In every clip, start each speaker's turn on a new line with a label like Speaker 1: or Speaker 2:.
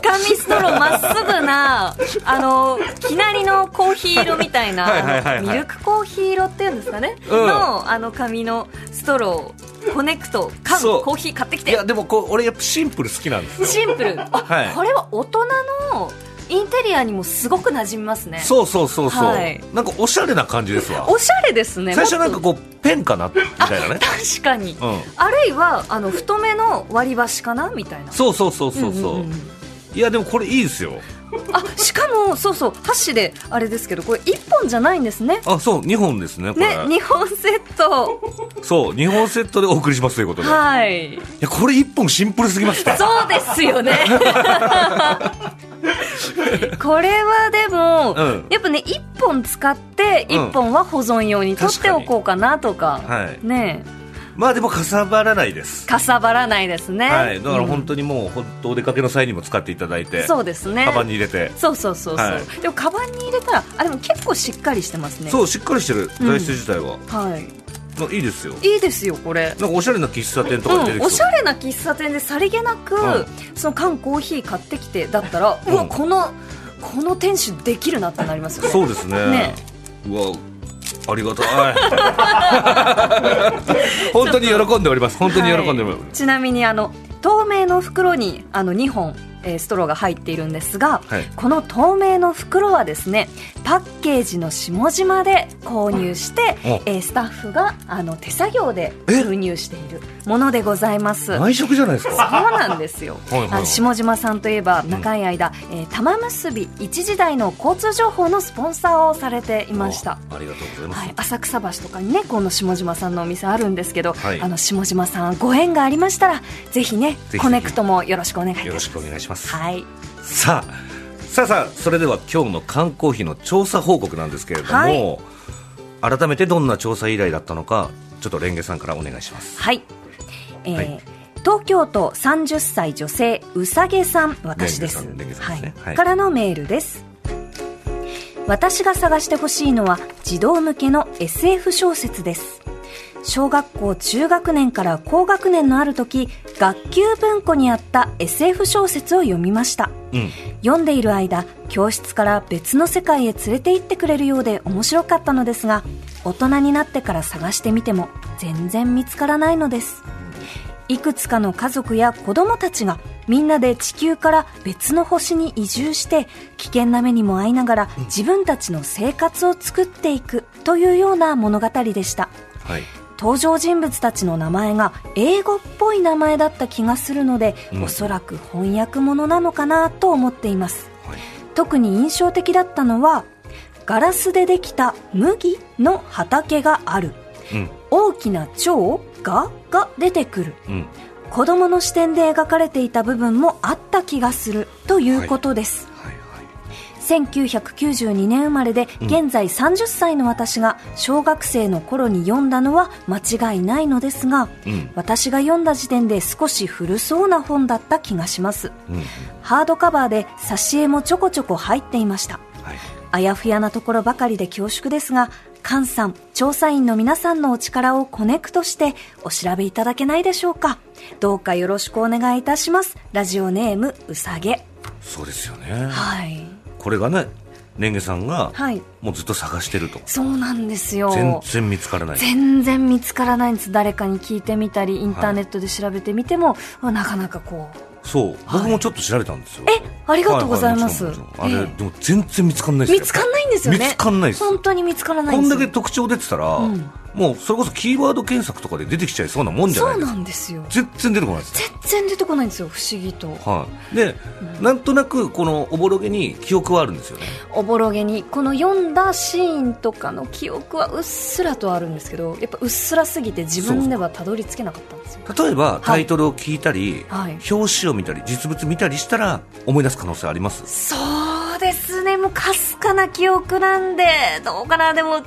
Speaker 1: 紙ストローまっすぐ な、あの、きなりのコーヒー色みたいな、
Speaker 2: はいはいはいはい
Speaker 1: あのミルクコーヒー色っていうんですかね、
Speaker 2: うん
Speaker 1: の、あの、紙のストロー、コネクト、缶、
Speaker 2: そう
Speaker 1: コーヒー買ってき
Speaker 2: い
Speaker 1: て
Speaker 2: や、でもこう俺やっぱシンプル好きなんですよ
Speaker 1: シンプル。あ、
Speaker 2: はい
Speaker 1: これは大人のインテリアにもすごく馴染みますね。
Speaker 2: そうそうそうそう、
Speaker 1: はい
Speaker 2: なんかおしゃれな感じですわ
Speaker 1: おしゃれですね。
Speaker 2: 最初なんか
Speaker 1: もっ
Speaker 2: こうペンかなみたいなね
Speaker 1: と確かに。
Speaker 2: うん
Speaker 1: あるいはあの太めの割り箸かなみたいな
Speaker 2: そうそうそうそうそう,、
Speaker 1: んんん
Speaker 2: いやでもこれいいですよ
Speaker 1: あしかもそうそう箸であれですけどこれ1本じゃないんですね
Speaker 2: あそう2本ですねこ
Speaker 1: ね
Speaker 2: れ
Speaker 1: 2本セット
Speaker 2: そう2本セットでお送りしますということで、い、
Speaker 1: はい
Speaker 2: やこれ1本シンプルすぎました
Speaker 1: そうです よねこれはでも、
Speaker 2: うん
Speaker 1: やっぱね1本使って
Speaker 2: うん
Speaker 1: 1本は保存用に取っておこうかなとか
Speaker 2: はい
Speaker 1: ね
Speaker 2: まあでもかさばらないです
Speaker 1: かさばらないですね
Speaker 2: はい、だから本
Speaker 1: 当、
Speaker 2: 当にもう、本当お出かけの際にも使っていただいて、
Speaker 1: そうですね
Speaker 2: カバンに入れて、
Speaker 1: そうそうそうそう、
Speaker 2: はい
Speaker 1: でもカバンに入れたらあでも結構しっかりしてますね
Speaker 2: そうしっかりしてる材質自体は、
Speaker 1: はい
Speaker 2: まあいいですよ
Speaker 1: いいですよこれ
Speaker 2: なんかおしゃれな喫茶店とかに出て
Speaker 1: うん、お
Speaker 2: き
Speaker 1: し
Speaker 2: そう
Speaker 1: ゃ、れな喫茶店でさりげなく、
Speaker 2: うん
Speaker 1: その缶コーヒー買ってきてだったら、う
Speaker 2: うん
Speaker 1: わこのこの店主できるなってなりますよね
Speaker 2: そうですね
Speaker 1: ね
Speaker 2: うわありがた い本当に喜んでおります本当に喜んでおります、
Speaker 1: ちなみにあの透明の袋にあの2本、えーストローが入っているんですが、
Speaker 2: はい
Speaker 1: この透明の袋はですねパッケージの下島で購入して、
Speaker 2: お
Speaker 1: えースタッフがあの手作業で
Speaker 2: え
Speaker 1: 封入しているものでございます。
Speaker 2: 内職じゃないです
Speaker 1: そう
Speaker 2: か
Speaker 1: なんですよ
Speaker 2: はいはいはい
Speaker 1: あの下島さんといえば長い間、えー玉結び一時代の交通情報のスポンサーをされていました
Speaker 2: ありがとうございます、
Speaker 1: はい、浅草橋とかにねこの下島さんのお店あるんですけど、
Speaker 2: はい
Speaker 1: あの下島さんご縁がありましたらぜひね
Speaker 2: ぜひ
Speaker 1: コネクトもよろしくお願いいたし
Speaker 2: よ
Speaker 1: ま
Speaker 2: ろ
Speaker 1: す
Speaker 2: しくお願いします、
Speaker 1: はい
Speaker 2: さあさあさあそれでは今日の缶コーヒーの調査報告なんですけれども、
Speaker 1: はい
Speaker 2: 改めてどんな調査依頼だったのかちょっとレンゲさんからお願いします
Speaker 1: はい、えー
Speaker 2: はい
Speaker 1: 東京都30歳女性うさげさん私です
Speaker 2: レンゲさんレン
Speaker 1: は
Speaker 2: ゲさんですね
Speaker 1: い
Speaker 2: はい
Speaker 1: からのメールです私が探してほしいのは児童向けの SF 小説です小学校中学年から高学年のある時学級文庫にあった SF 小説を読みました
Speaker 2: うん
Speaker 1: 読んでいる間教室から別の世界へ連れて行ってくれるようで面白かったのですが大人になってから探してみても全然見つからないのですいくつかの家族や子供たちがみんなで地球から別の星に移住して危険な目にも遭いながら自分たちの生活を作っていくというような物語でした
Speaker 2: はい
Speaker 1: 登場人物たちの名前が英語っぽい名前だった気がするので、
Speaker 2: うん
Speaker 1: おそらく翻訳ものなのかなと思っています
Speaker 2: はい
Speaker 1: 特に印象的だったのはガラスでできた麦の畑がある
Speaker 2: うん
Speaker 1: 大きな蝶がが出てくる
Speaker 2: うん
Speaker 1: 子供の視点で描かれていた部分もあった気がするということです、
Speaker 2: はいはい
Speaker 1: 1992年生まれで現在30歳の私が小学生の頃に読んだのは間違いないのですが、
Speaker 2: うん
Speaker 1: 私が読んだ時点で少し古そうな本だった気がします
Speaker 2: うんうん
Speaker 1: ハードカバーで挿絵もちょこちょこ入っていました
Speaker 2: はい
Speaker 1: あやふやなところばかりで恐縮ですが菅さん調査員の皆さんのお力をコネクトしてお調べいただけないでしょうかどうかよろしくお願いいたしますラジオネームうさげ
Speaker 2: そうですよね
Speaker 1: はい
Speaker 2: これがね蓮華さんが
Speaker 1: はい
Speaker 2: もうずっと探してると
Speaker 1: そうなんですよ
Speaker 2: 全然見つからない
Speaker 1: 全然見つからないんです誰かに聞いてみたりインターネットで調べてみても、なかなかこ
Speaker 2: そう僕もちょっと調べたんですよ
Speaker 1: えありがとうございます
Speaker 2: ははもちろんもちろんあれ
Speaker 1: ええ
Speaker 2: でも全然見つかんないうですよ
Speaker 1: 見つかんないんですよね
Speaker 2: 見つかんないです
Speaker 1: 本当に見つからない
Speaker 2: こ
Speaker 1: んで
Speaker 2: ん
Speaker 1: す
Speaker 2: だ
Speaker 1: よ
Speaker 2: け特徴出てたら
Speaker 1: ん
Speaker 2: もうそれこそキーワード検索とかで出てきちゃいそうなもんじゃないう
Speaker 1: そ
Speaker 2: です
Speaker 1: な
Speaker 2: か
Speaker 1: んですよ
Speaker 2: 全然出てこないです
Speaker 1: 全然出てこないんですよ不思議と
Speaker 2: はい、で、なんとなくこのおぼろげに記憶はあるんですよね
Speaker 1: おぼろげにこの読んだシーンとかの記憶はうっすらとはあるんですけどやっぱうっすらすぎて自分ではたどり着けなかったんですよ
Speaker 2: 例えばタイトルを聞いたり、
Speaker 1: はい
Speaker 2: 表紙を見たり実物見たりしたら思い出す可能性あります
Speaker 1: そうですねもうかすかな記憶なんでどうかなでも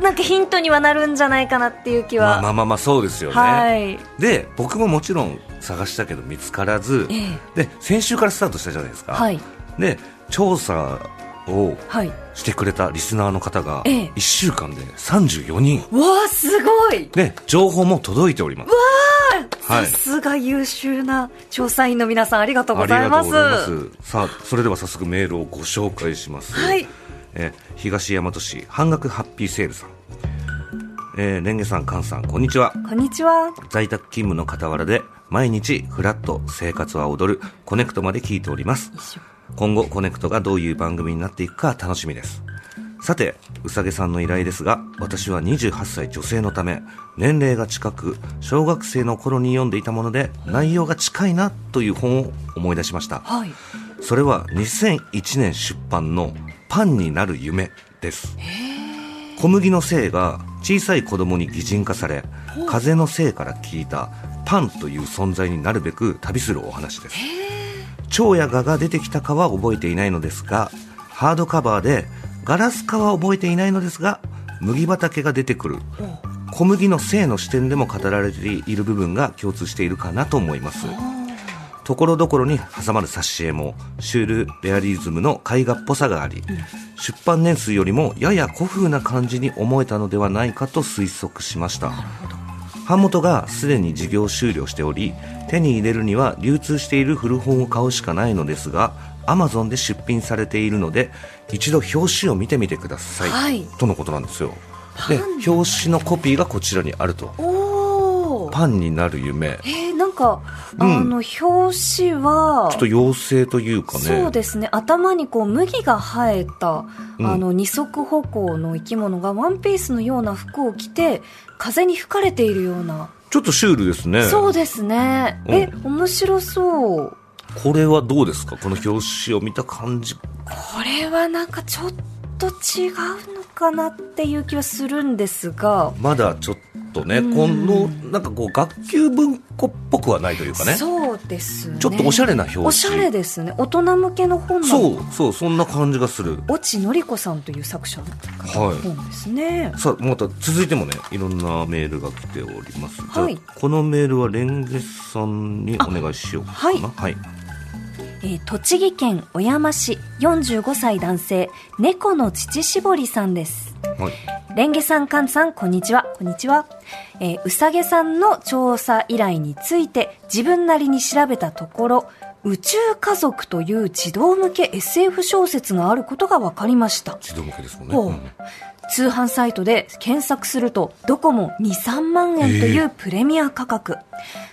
Speaker 1: なんかヒントにはなるんじゃないかなっていう気
Speaker 2: まあ
Speaker 1: は、
Speaker 2: まあまあまあそうですよね、
Speaker 1: はい
Speaker 2: で僕ももちろん探したけど見つからず、
Speaker 1: ええ
Speaker 2: で先週からスタートしたじゃないですか、
Speaker 1: はい
Speaker 2: で調査を
Speaker 1: はい
Speaker 2: してくれたリスナーの方が
Speaker 1: ええ
Speaker 2: 1週間で34人
Speaker 1: うわあすごい
Speaker 2: で情報も届いておりますは
Speaker 1: さ
Speaker 2: い
Speaker 1: すが優秀な調査員の皆さんありがとうございます
Speaker 2: ありがとうございます。さあ、それでは早速メールをご紹介します。
Speaker 1: はい
Speaker 2: えー東大和市半額ハッピーセールさん。えー、レンゲさん、カンさん、こんにちは。
Speaker 1: こんにちは
Speaker 2: 在宅勤務の傍らで、毎日、フラット、生活は踊る、コネクトまで聞いております。今後、コネクトがどういう番組になっていくか楽しみです。さて、うさげさんの依頼ですが、私は28歳女性のため、年齢が近く、小学生の頃に読んでいたもので、内容が近いなという本を思い出しました。
Speaker 1: はい
Speaker 2: それは2001年出版の「パンになる夢」です小麦の姓が小さい子供に擬人化され風の姓から聞いたパンという存在になるべく旅するお話です蝶や蛾が出てきたかは覚えていないのですがハードカバーでガラス化は覚えていないのですが麦畑が出てくる小麦の性の視点でも語られている部分が共通しているかなと思いますところどころに挟まる挿絵もシュールレアリズムの絵画っぽさがあり、出版年数よりもやや古風な感じに思えたのではないかと推測しました版元がすでに事業終了しており手に入れるには流通している古本を買うしかないのですが Amazon で出品されているので一度表紙を見てみてください、
Speaker 1: はい
Speaker 2: とのことなんですよで表紙のコピーがこちらにあると
Speaker 1: おお
Speaker 2: パンになる夢
Speaker 1: えー、なんか、
Speaker 2: ん
Speaker 1: あの表紙は
Speaker 2: ちょっと妖精というかね
Speaker 1: そうですね頭にこう麦が生えた、
Speaker 2: うん
Speaker 1: あの二足歩行の生き物がワンピースのような服を着て風に吹かれているような、
Speaker 2: ちょっとシュールですね。
Speaker 1: そうですね、え
Speaker 2: う
Speaker 1: 面白そう
Speaker 2: これはどうですかこの表紙を見た感じ。
Speaker 1: これはなんかちょっと違うのかなっていう気はするんですが、
Speaker 2: まだちょっとね、
Speaker 1: うん
Speaker 2: この、なんかこう、学級文庫っぽくはないというかね。
Speaker 1: そうですね
Speaker 2: ちょっとおしゃれな表紙。
Speaker 1: おしゃれですね大人向けの本な
Speaker 2: そ
Speaker 1: の
Speaker 2: う、そう、そんな感じがする。
Speaker 1: 越智典子さんという作者の
Speaker 2: は
Speaker 1: 本ですね
Speaker 2: い。さあ、また続いてもね、いろんなメールが来ております。じゃあ、
Speaker 1: はい
Speaker 2: このメールはレンゲさんにお願いしようかな。
Speaker 1: はい
Speaker 2: はい。
Speaker 1: えー栃木県小山市45歳男性猫の乳搾りさんです
Speaker 2: はい。
Speaker 1: レンゲさん、カンさん、こんにちは。こんにちは。えーうさげさんの調査依頼について自分なりに調べたところ、宇宙家族という児童向け SF 小説があることが分かりました。
Speaker 2: 自動向けですもんね。
Speaker 1: ほう
Speaker 2: うん
Speaker 1: 通販サイトで検索するとどこも2、3万円というプレミア価格、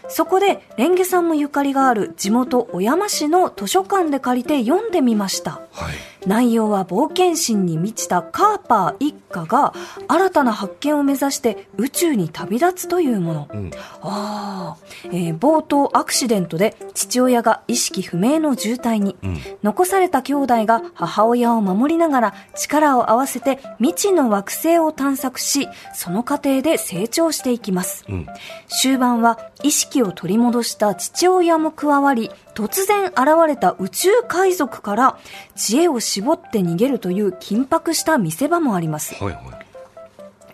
Speaker 1: そこでレンゲさんもゆかりがある地元小山市の図書館で借りて読んでみました
Speaker 2: はい。
Speaker 1: 内容は冒険心に満ちたカーパー一家が新たな発見を目指して宇宙に旅立つというもの、
Speaker 2: うん。
Speaker 1: ああ、えー冒頭アクシデントで父親が意識不明の重体に、
Speaker 2: うん
Speaker 1: 残された兄弟が母親を守りながら力を合わせて未知のの惑星を探索し、その過程で成長していきます。
Speaker 2: ん
Speaker 1: 終盤は意識を取り戻した父親も加わり、突然現れた宇宙海賊から知恵を絞って逃げるという緊迫した見せ場もあります。
Speaker 2: はいはい。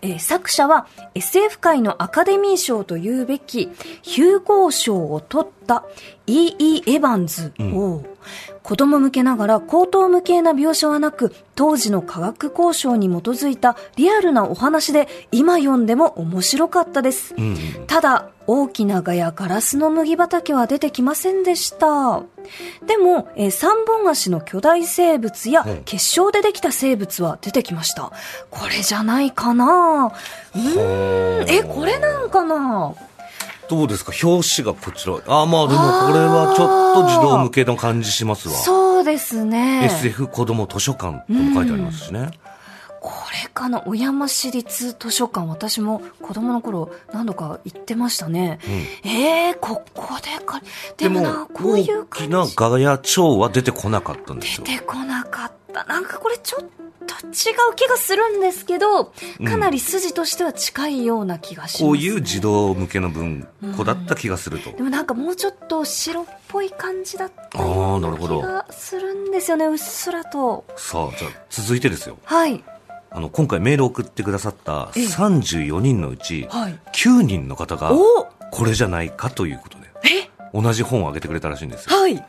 Speaker 1: えー作者は SF 界のアカデミー賞というべきヒューゴー賞を取った E.E. エヴァンズを、子供向けながら高等無形な描写はなく当時の科学交渉に基づいたリアルなお話で今読んでも面白かったです、
Speaker 2: うんうん
Speaker 1: ただ大きなガやガラスの麦畑は出てきませんでしたでも、えー三本足の巨大生物や
Speaker 2: うん
Speaker 1: 結晶でできた生物は出てきましたこれじゃないかなうーんえこれなんかな
Speaker 2: どうですか表紙がこちら。ああ、まあでもこれはちょっと児童向けの感じしますわ。
Speaker 1: そうですね
Speaker 2: SF 子ども図書館とも書いてありますしね。
Speaker 1: これかな小山市立図書館私も子供の頃何度か行ってましたね、えー、ここでかでもなこういう
Speaker 2: 大きな
Speaker 1: 感じ
Speaker 2: ガヤ蝶は出てこなかったんですよ。
Speaker 1: 出てこなかったなんかこれちょっと違う気がするんですけどかなり筋としては近いような気がします、
Speaker 2: こういう児童向けの文庫だった気がすると。
Speaker 1: でもなんかもうちょっと白っぽい感じだったよ
Speaker 2: あー
Speaker 1: う
Speaker 2: な
Speaker 1: な
Speaker 2: る
Speaker 1: 気
Speaker 2: ほど
Speaker 1: がするんですよねうっすらと
Speaker 2: さあ、じゃあ続いてですよ。
Speaker 1: はい
Speaker 2: あの、今回メールを送ってくださった
Speaker 1: ええ
Speaker 2: 34人のうち、
Speaker 1: はい
Speaker 2: 9人の方が、
Speaker 1: お
Speaker 2: これじゃないかということで、同じ本をあげてくれたらしいんですよ。
Speaker 1: はい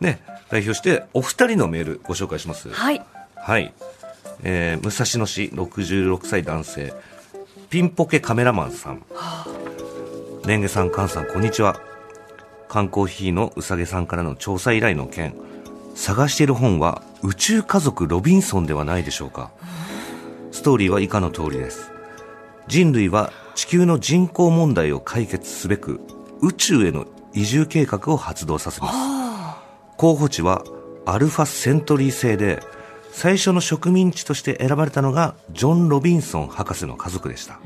Speaker 2: ね、代表して、お二人のメールご紹介します。
Speaker 1: はい
Speaker 2: はい。えー武蔵野市66歳男性、ピンポケカメラマンさん。レンゲさん、カンさん、こんにちは。缶コーヒーのうさげさんからの調査依頼の件、探している本は宇宙家族ロビンソンではないでしょうか。ストーリーは以下の通りです。人類は地球の人口問題を解決すべく宇宙への移住計画を発動させます。候補地はアルファセントリー制で最初の植民地として選ばれたのがジョン・ロビンソン博士の家族でした、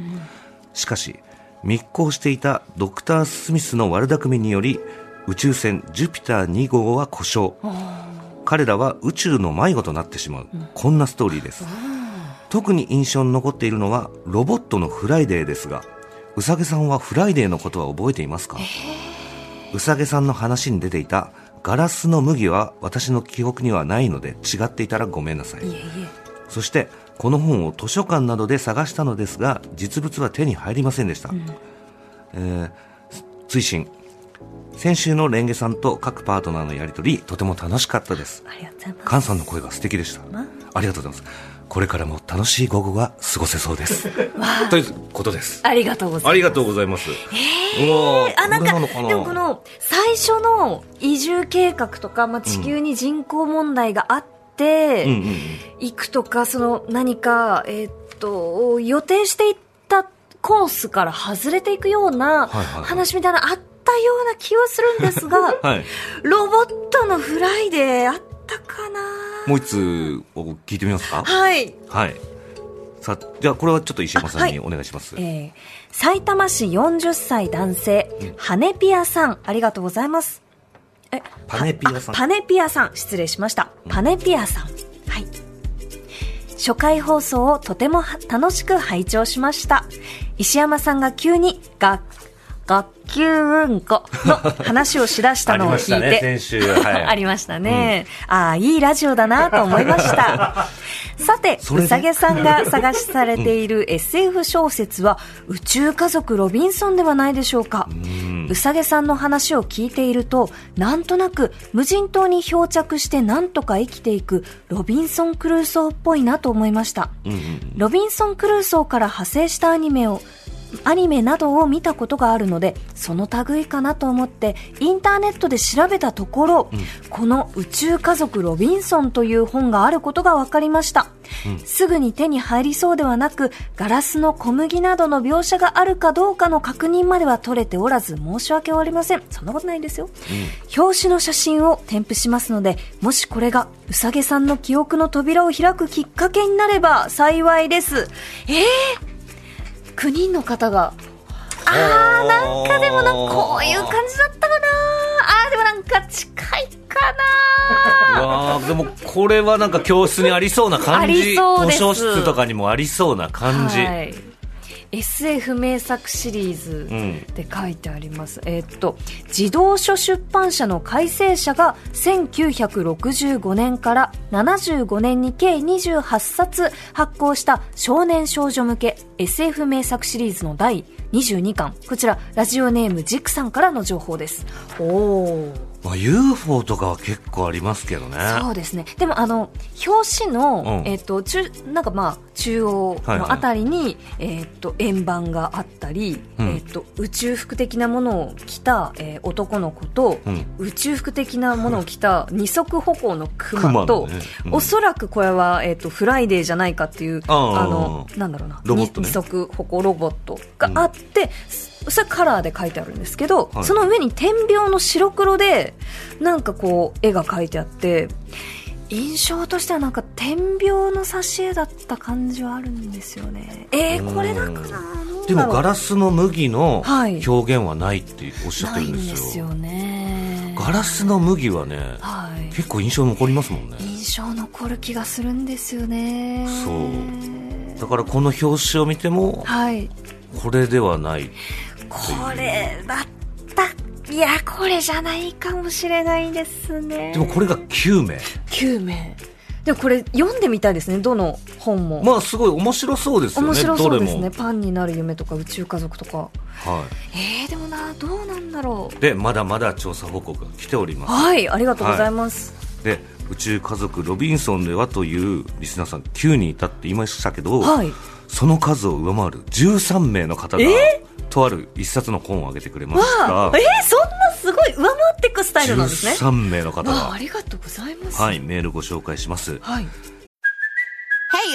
Speaker 2: しかし密航していたドクター・スミスの悪巧みにより宇宙船ジュピター2号は故障彼らは宇宙の迷子となってしまう、こんなストーリーです特に印象に残っているのはロボットのフライデーですがうさげさんはフライデーのことは覚えていますか、うさげさんの話に出ていたガラスの麦は私の記憶にはないので違っていたらごめんなさい
Speaker 1: いえいえ
Speaker 2: そしてこの本を図書館などで探したのですが実物は手に入りませんでした、えー追伸先週のレンゲさんと各パートナーのやりとりとても楽しかったです
Speaker 1: ありがとうございます
Speaker 2: 菅さんの声が素敵でした
Speaker 1: まあ
Speaker 2: ありがとうございますこれからも楽しい午後が過ごせそうです ということです
Speaker 1: ありがとうございます
Speaker 2: ありがとうございますえー
Speaker 1: あなんか
Speaker 2: のかな
Speaker 1: でもこの最初の移住計画とか、まあ、地球に人口問題があって、
Speaker 2: うんうんうん
Speaker 1: 行くとかその何か、えーっと予定していったコースから外れていくようない
Speaker 2: はいはい
Speaker 1: 話みたいなのあったような気はするんですが、
Speaker 2: はい
Speaker 1: ロボットのフライデーあったかな
Speaker 2: もう一通を聞いてみますか
Speaker 1: はい
Speaker 2: はい。さあ、じゃあこれはちょっと石山さんに
Speaker 1: あ
Speaker 2: お願いします。
Speaker 1: えー、埼玉市40歳男性、羽根ピアさん、ありがとうございます。え、
Speaker 2: パネピアさん
Speaker 1: あパネピアさん、失礼しました。パネピアさん。はい。初回放送をとてもは楽しく拝聴しました。石山さんが急に学、学級うんこの話をしだしたのを聞いて、
Speaker 2: 週。は
Speaker 1: ありましたね。ああ、いいラジオだなと思い ました。さて、
Speaker 2: それで
Speaker 1: うさげさんが探しされている SF 小説は、宇宙家族ロビンソンではないでしょうか。うさげさんの話を聞いていると、なんとなく無人島に漂着してなんとか生きていくロビンソン・クルーソーっぽいなと思いました。ロビンソン・クルーソーから派生したアニメをアニメなどを見たことがあるのでその類かなと思ってインターネットで調べたところ、この「宇宙家族ロビンソン」という本があることが分かりました、すぐに手に入りそうではなくガラスの小麦などの描写があるかどうかの確認までは取れておらず申し訳ありませんそんなことないですよ、表紙の写真を添付しますのでもしこれがうさげさんの記憶の扉を開くきっかけになれば幸いですえー、9人の方があーなんかでもなんかこういう感じだったかなあーでもなんか近いかか
Speaker 2: うわーでもこれはなんか教室にありそうな
Speaker 1: あ
Speaker 2: 感じ
Speaker 1: りそう
Speaker 2: 図
Speaker 1: です
Speaker 2: 書室とかにもありそうな
Speaker 1: な
Speaker 2: 感じ、
Speaker 1: はい、SF 名作シリーズ
Speaker 2: うん
Speaker 1: って書いてあります、えーっと児童書出版社の改正者が1965年から75年に計28冊発行した少年少女向け SF 名作シリーズの第22巻こちらラジオネームジクさんからの情報ですおお
Speaker 2: まあ、UFO とかは結構ありますけどね
Speaker 1: そうですね。でもあの表紙
Speaker 2: う
Speaker 1: の、
Speaker 2: ん
Speaker 1: えっ、と中なんかまあ中央のあたりに、えっ、と円盤があったり、
Speaker 2: うん
Speaker 1: えっ、と宇宙服的なものを着た、えー男の子と、
Speaker 2: うん
Speaker 1: 宇宙服的なものを着た二足歩行のクマと、
Speaker 2: 熊のねうん
Speaker 1: おそらくこれはえっ、とフライデーじゃないかっていう
Speaker 2: あー
Speaker 1: あのなんだろうな
Speaker 2: ロボットね
Speaker 1: 二足歩行ロボットがあって。それカラーで書いてあるんですけど、
Speaker 2: はい
Speaker 1: その上に点描の白黒でなんかこう絵が描いてあって印象としてはなんか点描の挿絵だった感じはあるんですよねえ
Speaker 2: う
Speaker 1: ー、
Speaker 2: ん
Speaker 1: これだかな
Speaker 2: でもガラスの麦の
Speaker 1: はい
Speaker 2: 表現はないっておっしゃって
Speaker 1: ない
Speaker 2: るん
Speaker 1: ん
Speaker 2: で
Speaker 1: ですす
Speaker 2: よ,、
Speaker 1: よね
Speaker 2: ガラスの麦はね
Speaker 1: はい
Speaker 2: 結構印象残りますもんね
Speaker 1: 印象残る気がするんですよね
Speaker 2: そうだからこの表紙を見ても
Speaker 1: はい
Speaker 2: これではない
Speaker 1: これだったいやこれじゃないかもしれないですね
Speaker 2: でもこれが9名
Speaker 1: 9名でもこれ読んでみたいですねどの本も、
Speaker 2: まあすごい面白そうですよね
Speaker 1: 面白そうです
Speaker 2: どれ
Speaker 1: ね
Speaker 2: も、
Speaker 1: パンになる夢とか宇宙家族とか
Speaker 2: は
Speaker 1: えー、でもなどうなんだろ
Speaker 2: い、でまだまだ調査報告が来ており
Speaker 1: う
Speaker 2: ます
Speaker 1: はいありがとうございます、
Speaker 2: で宇宙家族ロビンソンではというリスナーさん9人いたって言いましたけど、
Speaker 1: はい
Speaker 2: その数を上回る13名の方が、とある一冊の本をあげてくれました
Speaker 1: あえー、そんなすごい上回っていくスタイルなんですね
Speaker 2: 13名の方
Speaker 1: わああ
Speaker 2: が、
Speaker 1: りがとうございます
Speaker 2: はい、メールご紹介します
Speaker 1: はい、
Speaker 3: Hey,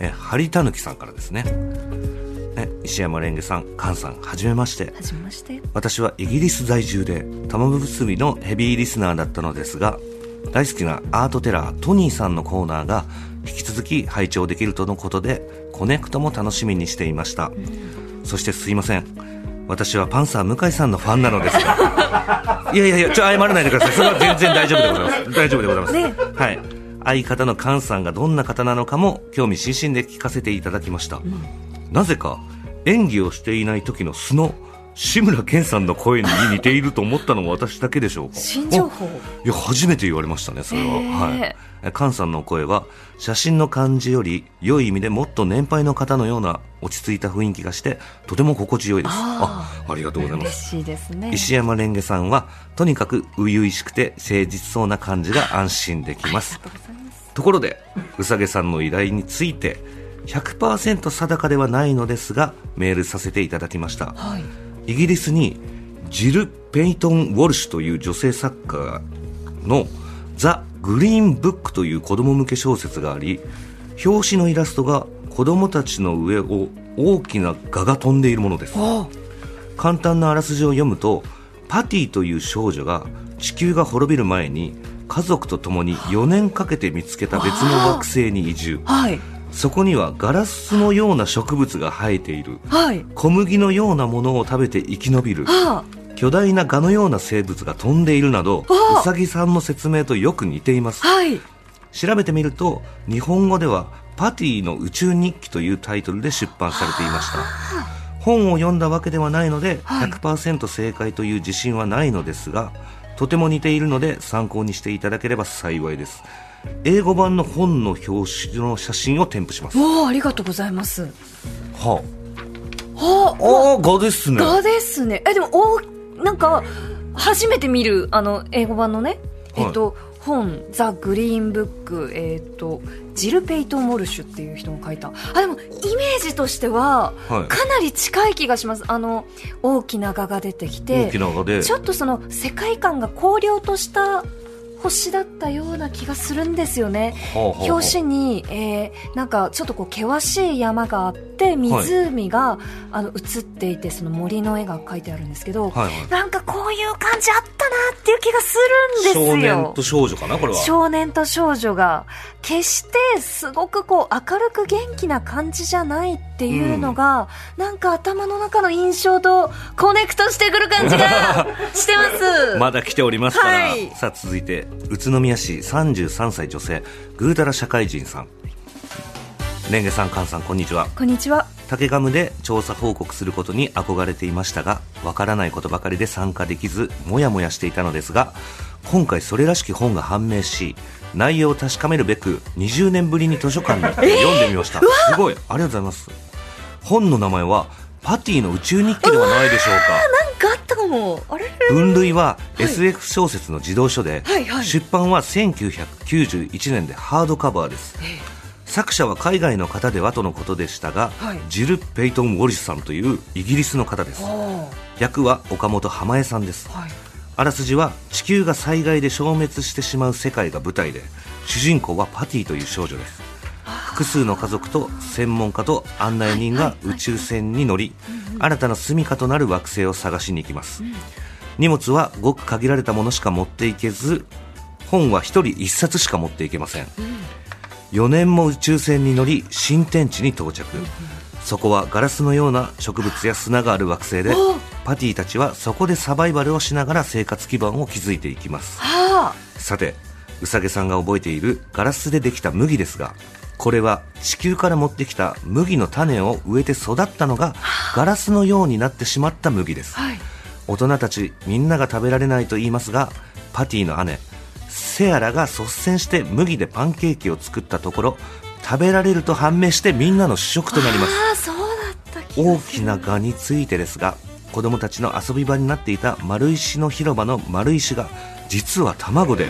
Speaker 2: え張たぬきさんからですねえ石山レンゲさん菅さんはじめまして
Speaker 1: はじめまして
Speaker 2: 私はイギリス在住で玉結びのヘビーリスナーだったのですが大好きなアートテラートニーさんのコーナーが引き続き拝聴できるとのことでコネクトも楽しみにしていました、そしてすいません私はパンサー向井さんのファンなのですが いやいやいやちょ謝らないでくださいそれは全然大丈夫でございます大丈夫でございます、
Speaker 1: ね
Speaker 2: はい相方の菅さんがどんな方なのかも興味津々で聞かせていただきました、なぜか演技をしていない時の素の志村けんさんの声に似ていると思ったのも私だけでしょうか
Speaker 1: 新情報
Speaker 2: おいや初めて言われましたねそれは、
Speaker 1: へー
Speaker 2: はいえ菅さんの声は写真の感じより良い意味でもっと年配の方のような落ち着いた雰囲気がしてとても心地よいです
Speaker 1: あ
Speaker 2: あありがとうございま
Speaker 1: 嬉
Speaker 2: す
Speaker 1: しいですね
Speaker 2: 石山レンゲさんはとにかく初々しくて誠実そうな感じが安心できます
Speaker 1: ありがとうございます
Speaker 2: ところでうさげさんの依頼について100%定かではないのですがメールさせていただきました
Speaker 1: はい
Speaker 2: イギリスにジル・ペイトン・ウォルシュという女性作家の「ザ・グリーン・ブック」という子供向け小説があり表紙のイラストが子供たちの上を大きな蛾が飛んでいるものです
Speaker 1: お
Speaker 2: 簡単なあらすじを読むとパティという少女が地球が滅びる前に家族と共に4年かけて見つけた別の惑星に移住
Speaker 1: はい
Speaker 2: そこにはガラスのような植物が生えている
Speaker 1: はい
Speaker 2: 小麦のようなものを食べて生き延びる
Speaker 1: あ
Speaker 2: 巨大なガのような生物が飛んでいるなど
Speaker 1: あ
Speaker 2: うさぎさんの説明とよく似ています
Speaker 1: あはい
Speaker 2: 調べてみると日本語では「パティの宇宙日記」というタイトルで出版されていました本を読んだわけではないので
Speaker 1: はい
Speaker 2: 100%正解という自信はないのですがとても似ているので参考にしていただければ幸いです英語版の本の表紙の写真を添付しますは
Speaker 1: おおありがとうございます
Speaker 2: あ
Speaker 1: はあ
Speaker 2: ああ画ですね
Speaker 1: 画ですね。え、でも、お、なんか、初めて見る、あの、英語版のね、
Speaker 2: はい
Speaker 1: えっと、本、ザ・グリーンブック、えっと、ジル・ペイトン・モルシュっていう人が書いた。あ、でも、イメージとしては、
Speaker 2: はい
Speaker 1: かなり近い気がします。あの、大きな画が出てき
Speaker 2: 大
Speaker 1: て
Speaker 2: き、な画で
Speaker 1: ちょっとその、世界観が荒涼とした星だったような気がするんですよね。
Speaker 2: ほうほうほう
Speaker 1: 表紙に、えーなんかちょっとこう険しい山があって湖が、あの映っていてその森の絵が描いてあるんですけど、
Speaker 2: はいはい
Speaker 1: なんかこういう感じあったなっていう気がするん
Speaker 2: 少
Speaker 1: ですよ
Speaker 2: 年と少女かなこれは
Speaker 1: 少年と少女が決してすごくこう明るく元気な感じじゃないっていうのが、なんか頭の中の印象とコネクトしてくる感じ がしてます。
Speaker 2: まだ来ておりますから、
Speaker 1: はい
Speaker 2: さあ続いて宇都宮市33歳女性ぐうたら社会人さんレンゲさんカンさんこんにちは
Speaker 1: こんにちは。
Speaker 2: 竹ガムで調査報告することに憧れていましたがわからないことばかりで参加できずモヤモヤしていたのですが今回それらしき本が判明し内容を確かめるべく20年ぶりに図書館に行って読んでみました、すごいありがとうございます本の名前はパティの宇宙日記ではないでしょうか
Speaker 1: なんかあったかも。あれ
Speaker 2: 分類は SF 小説の児童書で、
Speaker 1: はいはい
Speaker 2: 出版は1991年でハードカバーです、作者は海外の方ではとのことでしたが、
Speaker 1: はい
Speaker 2: ジル・ペイトン・ウォリスさんというイギリスの方です役は岡本浜江さんです、
Speaker 1: はい
Speaker 2: あらすじは地球が災害で消滅してしまう世界が舞台で主人公はパティという少女です複数の家族と専門家と案内人が宇宙船に乗り新たな住処となる惑星を探しに行きます、荷物はごく限られたものしか持っていけず本は1人1冊しか持っていけません、4年も宇宙船に乗り新天地に到着、そこはガラスのような植物や砂がある惑星でパティたちはそこでサバイバルをしながら生活基盤を築いていきます
Speaker 1: あ
Speaker 2: さてうさげさんが覚えているガラスでできた麦ですがこれは地球から持ってきた麦の種を植えて育ったのがガラスのようになってしまった麦です、
Speaker 1: はい
Speaker 2: 大人たちみんなが食べられないと言いますがパティの姉セアラが率先して麦でパンケーキを作ったところ食べられると判明してみんなの主食となります
Speaker 1: あー、そうだった気
Speaker 2: 大
Speaker 1: がす
Speaker 2: き
Speaker 1: る。
Speaker 2: な蛾についてですが子供たちの遊び場になっていた丸石の広場の丸石が実は卵で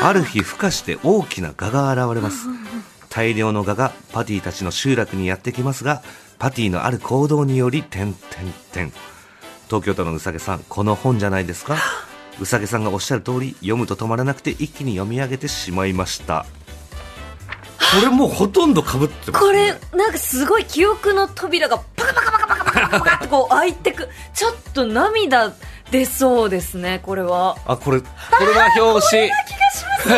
Speaker 2: ある日孵化して大きな蛾が現れます大量の蛾がパティたちの集落にやってきますがパティのある行動により点点点東京都のうさげさんこの本じゃないです かうさげさんがおっしゃる通り読むと止まらなくて一気に読み上げてしまいましたこれもうほとんどかぶってます、ね、
Speaker 1: これ、なんかすごい記憶の扉がパカパカパカパカパカパカってこう開いてく。ちょっと涙出そうですね、これは。
Speaker 2: あこれこれは表紙
Speaker 1: こ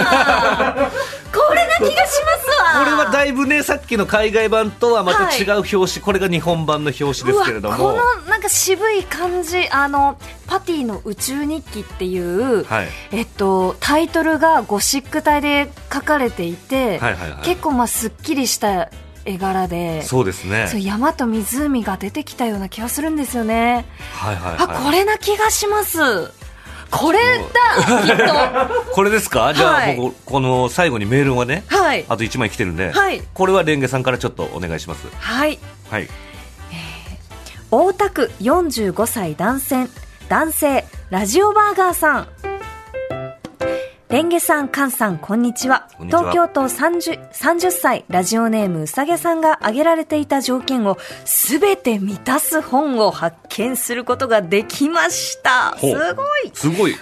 Speaker 1: れな気がしますわ
Speaker 2: これはだいぶねさっきの海外版とはまた違う表紙、これが日本版の表紙ですけれど
Speaker 1: う
Speaker 2: も
Speaker 1: わこのなんか渋い感じあのパティの宇宙日記っていう、
Speaker 2: はい
Speaker 1: えっとタイトルがゴシック体で書かれていて、
Speaker 2: はいはいはい
Speaker 1: 結構まあすっきりした絵柄で
Speaker 2: そうですね
Speaker 1: そう山と湖が出てきたような気がするんですよね、
Speaker 2: はいはい
Speaker 1: あ
Speaker 2: は
Speaker 1: これな気がしますこれだきっ と
Speaker 2: いこれですかじゃあ、
Speaker 1: はい
Speaker 2: 僕この最後にメールはね
Speaker 1: はい
Speaker 2: あと1枚来てるんで、
Speaker 1: はい
Speaker 2: これはレンゲさんからちょっとお願いします
Speaker 1: はい
Speaker 2: はい
Speaker 1: 大田区45歳男性、男性、ラジオバーガーさん。レンゲさん、カンさん、こんにちは。
Speaker 2: こんにちは
Speaker 1: 東京都30、30歳、ラジオネーム、うさげさんが挙げられていた条件をすべて満たす本を発見することができました。す
Speaker 2: ほ
Speaker 1: ご
Speaker 2: う
Speaker 1: い
Speaker 2: すごい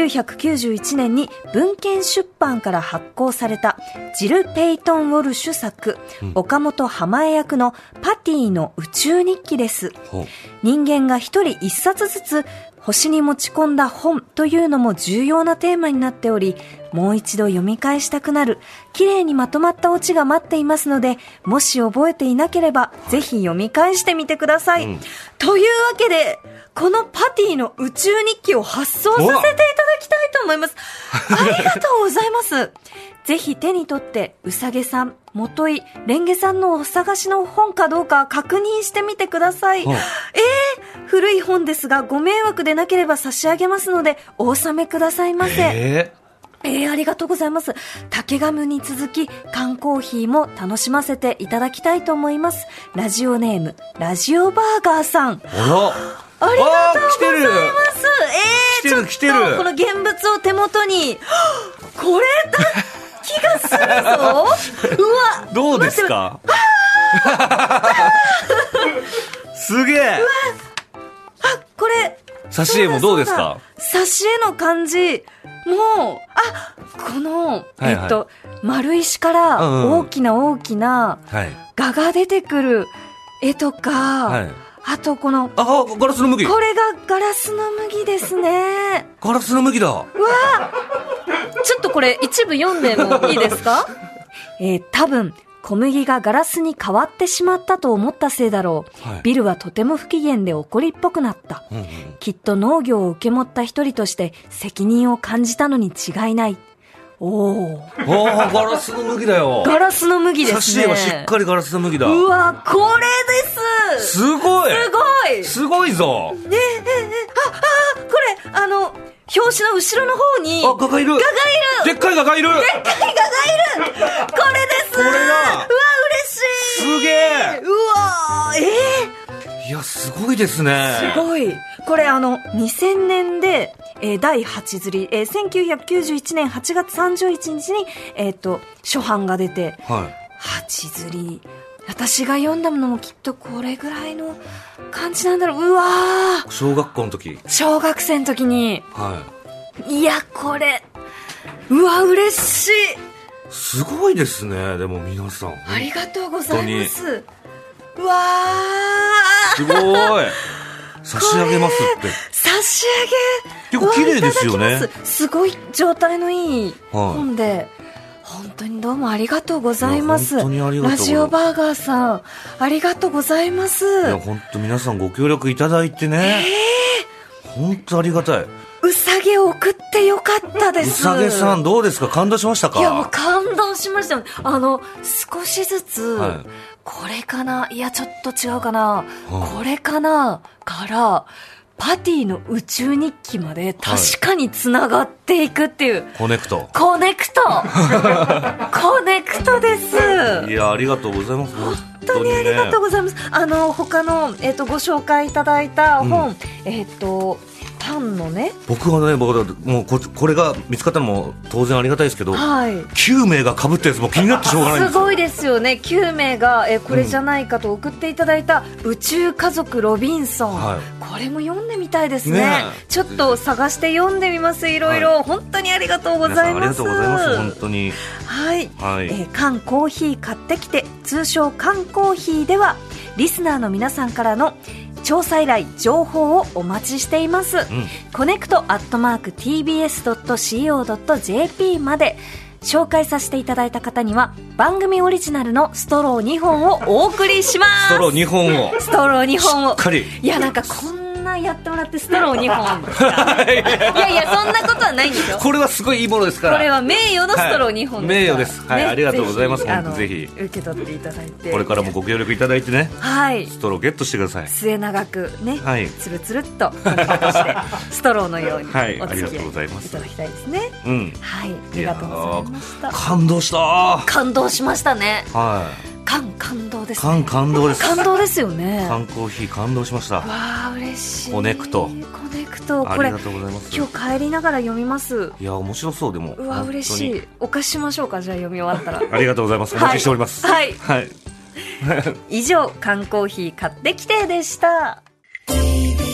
Speaker 1: 1991年に文献出版から発行されたジル・ペイトン・ウォルシュ作、岡本浜江役のパティの宇宙日記です。
Speaker 2: ほう
Speaker 1: 人間が一人一冊ずつ星に持ち込んだ本というのも重要なテーマになっており、もう一度読み返したくなる、綺麗にまとまったオチが待っていますので、もし覚えていなければ、ぜひ読み返してみてください。というわけで、このパティの宇宙日記を発送させていただきたいと思います。ありがとうございます。ぜひ手に取って、うさげさん、もとい、れんげさんのお探しの本かどうか確認してみてください。
Speaker 2: はい
Speaker 1: 古い本ですが、ご迷惑でなければ差し上げますので、お納めくださいませ。
Speaker 2: え
Speaker 1: えー、ありがとうございます。竹ガムに続き、缶コーヒーも楽しませていただきたいと思います。ラジオネーム、ラジオバーガーさん。
Speaker 2: ー、あら
Speaker 1: ありがとう
Speaker 2: あー来てる
Speaker 1: ますえー、ちょっと
Speaker 2: 来てる来てる
Speaker 1: この現物を手元に、はっこれだ気がす るぞうわ
Speaker 2: どうですか すげえ
Speaker 1: これ、
Speaker 2: 挿絵もどうですか
Speaker 1: 挿絵の感じ、もう、あこの、
Speaker 2: はいはい
Speaker 1: えっと、丸石か
Speaker 2: うん
Speaker 1: ら
Speaker 2: うん
Speaker 1: 大きな大きな
Speaker 2: はい。
Speaker 1: 画が出てくる絵とか、
Speaker 2: はい。
Speaker 1: あとこの、
Speaker 2: あ、あガラスの麦
Speaker 1: これがガラスの麦ですね。
Speaker 2: ガラスの麦だ
Speaker 1: ちょっとこれ一部読んでもいいですか えー多分、小麦がガラスに変わってしまったと思ったせいだろう。
Speaker 2: はい
Speaker 1: ビルはとても不機嫌で怒りっぽくなった。
Speaker 2: うんうん。
Speaker 1: きっと農業を受け持った一人として責任を感じたのに違いない。おお、
Speaker 2: あーガラスの麦だよ。
Speaker 1: ガラスの麦です
Speaker 2: 挿
Speaker 1: ね。
Speaker 2: 絵はしっかりガラスの麦だ。
Speaker 1: うわ、これです
Speaker 2: すごい
Speaker 1: すごい
Speaker 2: すごいぞ
Speaker 1: ねえ、ええ、えあ、あ、これ、あの、表紙の後ろの方に、
Speaker 2: あ、画がいる画が
Speaker 1: い
Speaker 2: るでっかい画がいる
Speaker 1: でっかいガがいるこれです
Speaker 2: これだ
Speaker 1: うわ、嬉しい
Speaker 2: すげえ
Speaker 1: うわえ
Speaker 2: いや、すごいですね。
Speaker 1: えすごいこれあの、2000年で、えー第8釣り、えー1991年8月31日に、えっ、と、初版が出て、
Speaker 2: はい。
Speaker 1: 八釣り。私が読んだものもきっとこれぐらいの感じなんだろう。うわー
Speaker 2: 小学校の時。
Speaker 1: 小学生の時に、
Speaker 2: はい。
Speaker 1: いや、これ、うわ、嬉しい
Speaker 2: すごいですね。でも皆さん。
Speaker 1: ありがとうございます。うわー
Speaker 2: すご い。差し上げますって。
Speaker 1: 差し上げ
Speaker 2: 結構綺麗ですよね
Speaker 1: うわいただきますすごい状態のいい
Speaker 2: はい
Speaker 1: 本で、本当にどうもありがとうございます
Speaker 2: いや本当にありがとう
Speaker 1: ラジオバーガーさんありがとうございます
Speaker 2: いや、本当皆さんご協力いただいてね。本当ありがたい。
Speaker 1: うさげ送ってよかったで
Speaker 2: う
Speaker 1: す
Speaker 2: さげさんどうですか感動しましたか
Speaker 1: いやもう感動しましたよあの少しずつ、
Speaker 2: はい
Speaker 1: これかないやちょっと違うかな、
Speaker 2: はい
Speaker 1: これかなからパティの宇宙日記まで確かにつながっていくっていう、
Speaker 2: コネクト。
Speaker 1: コネクト コネクトです
Speaker 2: いや、ありがとうございます。
Speaker 1: 本当にありがとうございます。あの他のえっ、とご紹介いただいた本、えっ、とパンのね、
Speaker 2: 僕はね、僕はもうここれが見つかったのも当然ありがたいですけど、
Speaker 1: はい、
Speaker 2: 9名が被ったやつも気になってしょうがないんですすよ。
Speaker 1: ごいですよね9名が、えーこれじゃないかと送っていただいた「宇宙家族ロビンソン」
Speaker 2: はい
Speaker 1: これも読んでみたいですね
Speaker 2: ねえ
Speaker 1: ちょっと探して読んでみますいろいろ、本当にありがとうご
Speaker 2: 皆さ
Speaker 1: ざい
Speaker 2: んあり
Speaker 1: ま
Speaker 2: が
Speaker 1: す
Speaker 2: とうございます。本当に。
Speaker 1: はい、
Speaker 2: はい
Speaker 1: えー缶コーヒー買ってきて通称缶コーヒーではリスナーの皆さんからの調査依頼情報をお待ちしています、
Speaker 2: ん
Speaker 1: コネクトアットマーク TBS.CO.JP まで紹介させていただいた方には番組オリジナルのストロー2本をお送りします
Speaker 2: ストロー2本を。
Speaker 1: ストロー2本を
Speaker 2: しっかり
Speaker 1: いやなんかこんなやってもらってストロー2 本ですかいやいやそんなことはないんですよ
Speaker 2: これはすごいいいものですから。
Speaker 1: これは名誉のストロー2本ですから、
Speaker 2: はい名誉ですはいありがとうございます
Speaker 1: あの
Speaker 2: 本当ぜひ
Speaker 1: 受け取っていただいて
Speaker 2: これからもご協力いただいてね、
Speaker 1: はい
Speaker 2: ストローゲットしてください。
Speaker 1: 末永くね、
Speaker 2: はい
Speaker 1: つるつるっとこの形してストローのように
Speaker 2: はい
Speaker 1: お付
Speaker 2: あり
Speaker 1: き
Speaker 2: がとうござ
Speaker 1: 合い
Speaker 2: い
Speaker 1: い
Speaker 2: ます
Speaker 1: ただきたいですね
Speaker 2: うん。
Speaker 1: はいありがとうございました
Speaker 2: 感動したは
Speaker 1: 感動しましたね
Speaker 2: い。
Speaker 1: 感感動ですね
Speaker 2: 感感動です。
Speaker 1: 感動ですよね
Speaker 2: 缶コーヒー感動しました。
Speaker 1: わあ嬉しい
Speaker 2: コネクト
Speaker 1: コネクト
Speaker 2: あ
Speaker 1: こ
Speaker 2: り
Speaker 1: れ
Speaker 2: がとうございます。
Speaker 1: 今日帰りながら読みます
Speaker 2: いや、面白そう、でも。
Speaker 1: うわ嬉し
Speaker 2: 本
Speaker 1: いお貸ししましょうかじゃあ読み終わったら
Speaker 2: 当に。ありがとうございます。お待ちしております。
Speaker 1: はい
Speaker 2: はい。
Speaker 1: 以上缶コーヒー買ってきてでした
Speaker 4: TBS